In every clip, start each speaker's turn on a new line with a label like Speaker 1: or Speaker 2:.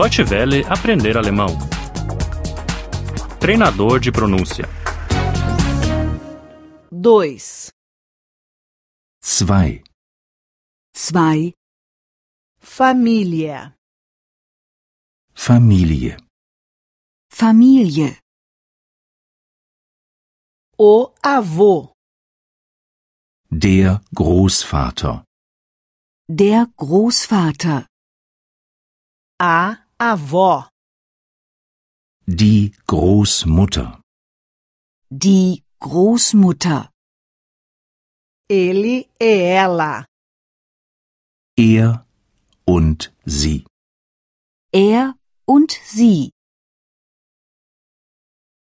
Speaker 1: Deutsche Welle aprender alemão. Treinador de pronúncia.
Speaker 2: 2.
Speaker 3: 2.
Speaker 4: 2.
Speaker 2: Família.
Speaker 3: Familie.
Speaker 4: Familie.
Speaker 2: O avô.
Speaker 3: Der Großvater.
Speaker 4: Der Großvater.
Speaker 2: A avó.
Speaker 3: Die Großmutter.
Speaker 4: Die Großmutter.
Speaker 2: Ele e ela.
Speaker 3: Er und sie.
Speaker 4: Er und sie.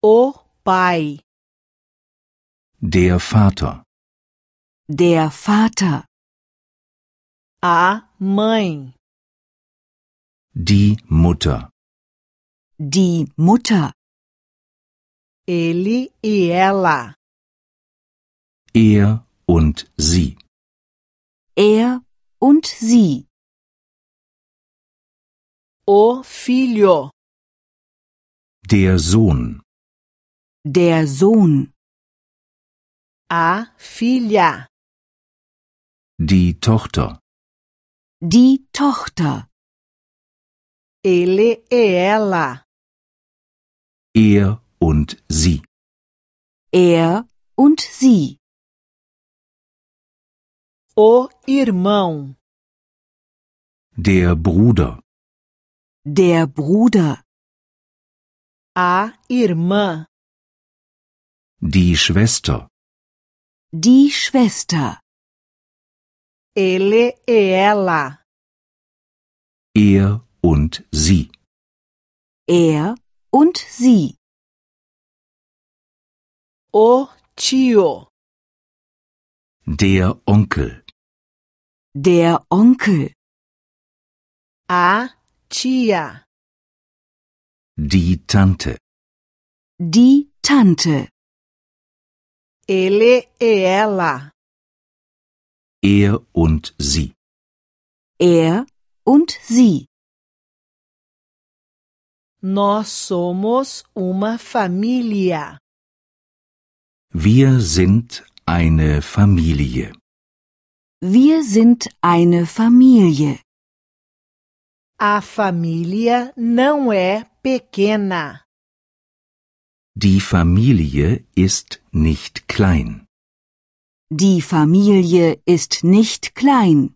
Speaker 2: O pai.
Speaker 3: Der Vater.
Speaker 4: Der Vater.
Speaker 2: A mãe.
Speaker 3: Die Mutter.
Speaker 4: Die Mutter.
Speaker 2: Ele e ela.
Speaker 3: Er und sie.
Speaker 4: Er und sie.
Speaker 2: O filho.
Speaker 3: Der Sohn.
Speaker 4: Der Sohn.
Speaker 2: A filha.
Speaker 3: Die Tochter.
Speaker 4: Die Tochter.
Speaker 2: Ele e ela.
Speaker 3: Er und sie.
Speaker 4: Er und sie.
Speaker 2: O irmão.
Speaker 3: Der Bruder.
Speaker 4: Der Bruder.
Speaker 2: A irmã.
Speaker 3: Die Schwester.
Speaker 4: Die Schwester.
Speaker 2: Ele e ela.
Speaker 3: Er und sie.
Speaker 4: Er und sie.
Speaker 2: O tio.
Speaker 3: Der Onkel.
Speaker 4: Der Onkel.
Speaker 2: A tia.
Speaker 3: Die Tante.
Speaker 4: Die Tante.
Speaker 2: Ele e ela.
Speaker 3: Er und sie.
Speaker 4: Er und sie.
Speaker 2: Nós somos uma família.
Speaker 3: Wir sind eine Familie.
Speaker 4: Wir sind eine Familie.
Speaker 2: A família não é pequena.
Speaker 3: Die Familie ist nicht klein.
Speaker 4: Die Familie ist nicht klein.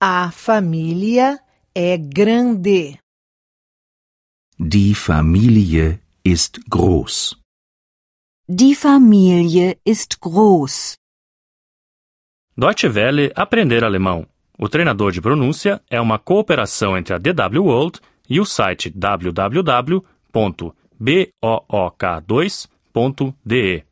Speaker 2: A família é grande.
Speaker 3: Die Familie ist groß.
Speaker 4: Die Familie ist groß.
Speaker 1: Deutsche Welle aprender alemão. O treinador de pronúncia é uma cooperação entre a DW World e o site www.book2.de.